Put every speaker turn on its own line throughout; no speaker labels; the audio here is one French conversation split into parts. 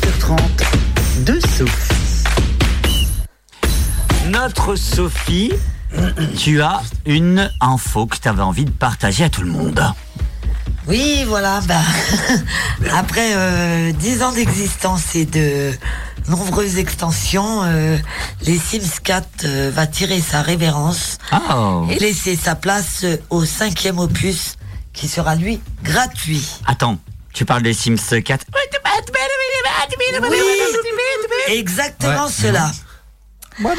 20h30, dessous.
Notre Sophie, tu as une info que tu avais envie de partager à tout le monde.
Oui, voilà. Bah, après euh, 10 ans d'existence et de nombreuses extensions, euh, les Sims 4 euh, va tirer sa révérence
Oh.
et laisser sa place euh, au cinquième opus qui sera lui gratuit.
Attends, tu parles des Sims 4
Oui, exactement cela.
Ta gueule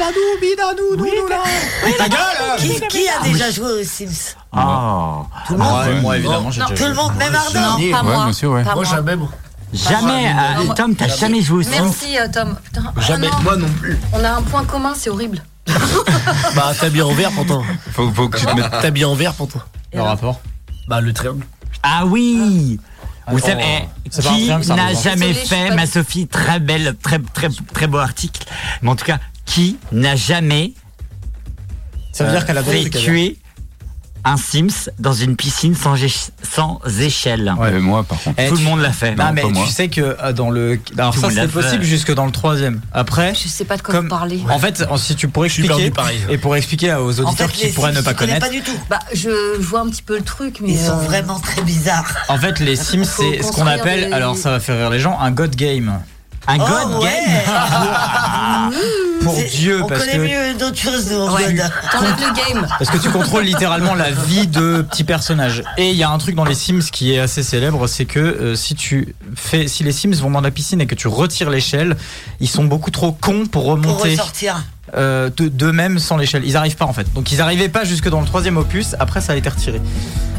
hein
Qui, qui a déjà joué aux Sims
Oh,
Tout le monde
Ouais, Moi, évidemment, j'ai
Tout le monde, même Arnaud
Non, pas
Ouais,
moi.
moi aussi, ouais.
Pas
Moi
moi.
Ah ben
jamais moi.
jamais,
Ah,
euh,
moi-
Tom, t'as jamais joué aux Sims
Merci euh, Tom. Putain, oh
Jamais
non,
moi non plus.
on a un point commun, c'est horrible.
Bah t'habilles en vert pourtant.
Faut, faut que tu te mettes.
T'habilles en vert pourtant.
Et alors
rapport
Bah le triangle.
Ah oui Vous
Attends,
savez, eh,
Ah, oh. c'est pas un
qui
triangle, c'est un
n'a
rond.
jamais
Désolée, je suis
fait,
pas-
ma Sophie, très belle, très, très, très beau article, mais en tout cas, qui n'a jamais
Ça veut dire qu'elle a
fait
donné
tuer un Sims dans une piscine sans, éche- sans échelle
Ouais.
Euh, moi, par contre.
Tout le monde l'a fait.
Non,
Non,
mais
pas moi.
tu sais que euh, dans le. Alors,
Tout
ça,
le monde
c'est
l'a fait.
possible jusque dans le troisième. Après.
Je sais pas de quoi
Comme,
vous parlez.
En fait, en- si tu pourrais
suis perdu
expliquer
pareil.
et pour expliquer aux auditeurs
En fait,
qui
les
pourraient
Sims,
ne
je
pas
connais
connaître,
pas du tout.
Bah, je vois un petit peu le truc, mais.
Ils sont
euh,
vraiment très bizarres.
en fait, les Sims,
Faut
c'est ce qu'on
construire
appelle,
des-
alors ça va faire rire les gens, un god game
Un
Oh,
god
ouais.
pour
C'est-
Dieu
On
parce
connaît
que
mieux d'autres choses, nous, en
Ouais,
mode.
t'enlèves le game.
Parce que tu contrôles littéralement la vie de petits personnages. Et il y a un truc dans les Sims qui est assez célèbre, c'est que euh, si tu fais, si les Sims vont dans la piscine et que tu retires l'échelle, ils sont beaucoup trop cons pour
Pour
remonter
ressortir.
euh, de- d'eux-mêmes sans l'échelle. Ils arrivent pas en fait. Donc ils arrivaient pas jusque dans le troisième opus. Après ça a été retiré.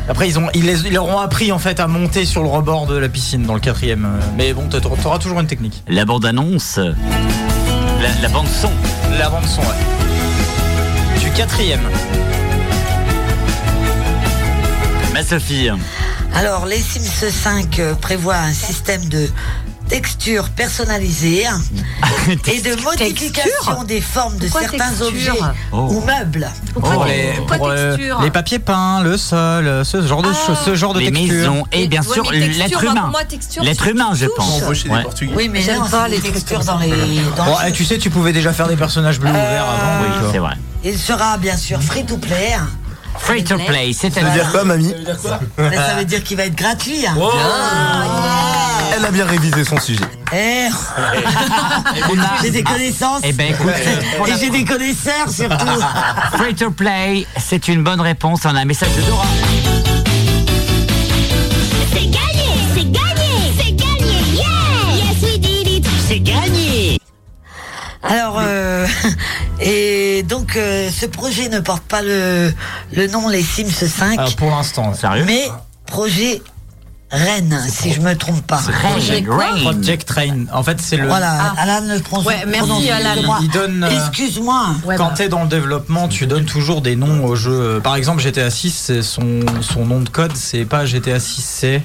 Après ils ont, ils, les- ils leur ont appris en fait à monter sur le rebord de la piscine dans le quatrième. euh, Mais bon, t'a- t'auras toujours une technique.
La bande-annonce, la, la bande-son.
La bande son. Ouais. Du quatrième.
Ma Sophie,
Alors, les Sims 5 euh, prévoit un système de texture personnalisée hein, et de modification des formes de
Pourquoi
certains
texture
objets
Oh.
ou meubles.
Pourquoi,
Oh,
tu-
les-
pourquoi
pour, euh,
texture
les papiers peints, le sol, euh, ce genre de
Ah.
choses, ce genre de
les
texture.
maisons et bien
Ouais,
sûr
mais texture,
l'être
moi, pour
humain.
moi, texture,
L'être
tu
humain, je
touches.
pense.
Embaucher des
Ouais.
Portugais.
Oui, mais
J'aime
non,
pas
c'est
les
des
trucs
textures
comme
dans les. dans
Bon,
les-
eh, tu sais, tu pouvais déjà faire des personnages bleus ou verts avant.
Ah Oui,
donc, euh,
c'est vrai.
Il sera bien sûr free to play. hein.
Free to play,
dire
c'est-à-dire.
quoi, mamie
Mais ça veut dire qu'il va être gratuit. hein.
Elle a bien révisé son sujet.
Eh,
On a-
j'ai des connaissances.
Eh ben écoute, pour la-
Et j'ai des connaisseurs surtout.
Free to play, c'est une bonne réponse. On a un message de Dora.
C'est gagné, c'est gagné, c'est gagné, yeah! Yes, we did it! C'est gagné!
Alors, euh, et donc, euh, ce projet ne porte pas le, le nom Les Sims 5,
alors, Euh, pour l'instant, là.
Sérieux
mais projet Rennes, si je me trompe pas.
Rain,
quoi
rain.
Project Train. En fait, c'est le.
Voilà, Alan ne prononce
Ouais, merci,
prononce-
Alan.
excuse-moi.
Il donne, euh,
Excuse-moi.
Ouais,
Quand
bah.
t'es dans le développement, tu donnes toujours des noms au jeu. Euh, Par exemple, GTA 6, c'est son, son nom de code, c'est pas GTA 6, c'est.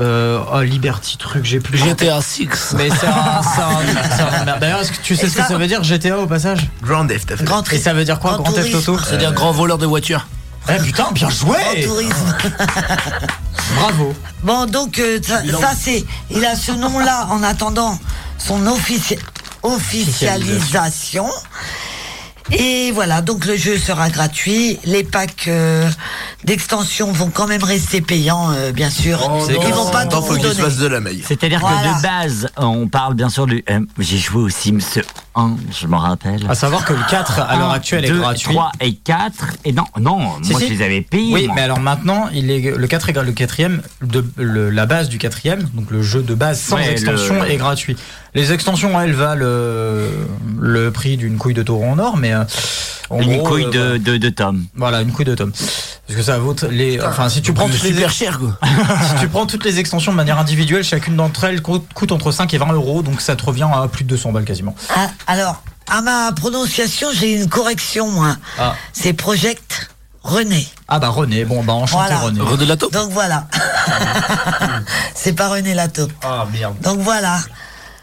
Euh, oh, Liberty truc, j'ai plus.
GTA 6.
Mais c'est un. c'est un- c'est un- merde. D'ailleurs, est-ce que tu sais
Et
ce que
ça-
ça veut dire GTA au passage
Grand Theft Auto.
Grand,
Et
tri-
ça veut dire quoi,
Grand
Grand Theft
Tourisme.
Auto
C'est-à-dire grand voleur de voiture.
Eh putain, bien
grand
joué
tourisme.
Bravo
Bon, donc, euh, ça, ça, c'est. Il a ce nom-là en attendant son offici- officialisation. Et voilà, donc le jeu sera gratuit. Les packs euh, d'extension vont quand même rester payants, euh, bien sûr.
C'est
Ils
que-
vont pas tout
Attends, faut
vous
qu'il se
donner.
fasse de la maille.
C'est-à-dire
Voilà.
que de base, on parle bien sûr du. euh, J'ai joué au Sims 1, je m'en rappelle.
À savoir que le 4 Ah, à l'heure actuelle est
2,
gratuit.
3 et 4. Et non, non,
Si,
moi
si.
je les avais payés.
Oui,
moi.
mais alors maintenant, il est, le 4 est le quatrième, de, le- la base du quatrième, donc le jeu de base sans
Ouais, le-
extension est gratuit. Les extensions, elles valent euh, le prix d'une couille de taureau en or, mais euh, en
Une
gros,
couille
euh,
de, de, de Tom.
Voilà, une couille de tome. Parce que ça vaut t- les. Enfin, si tu prends toutes les,
Super cher quoi.
si tu prends toutes les extensions de manière individuelle, chacune d'entre elles coûte, coûte entre 5 et 20 euros, donc ça te revient à plus de 200 balles quasiment.
Ah, alors, à ma prononciation, j'ai une correction, moi.
Ah,
C'est Project René.
ah bah René, bon bah enchanté
Voilà.
René.
Redelato.
Donc voilà. C'est pas René Lataupe.
Ah merde.
Donc voilà.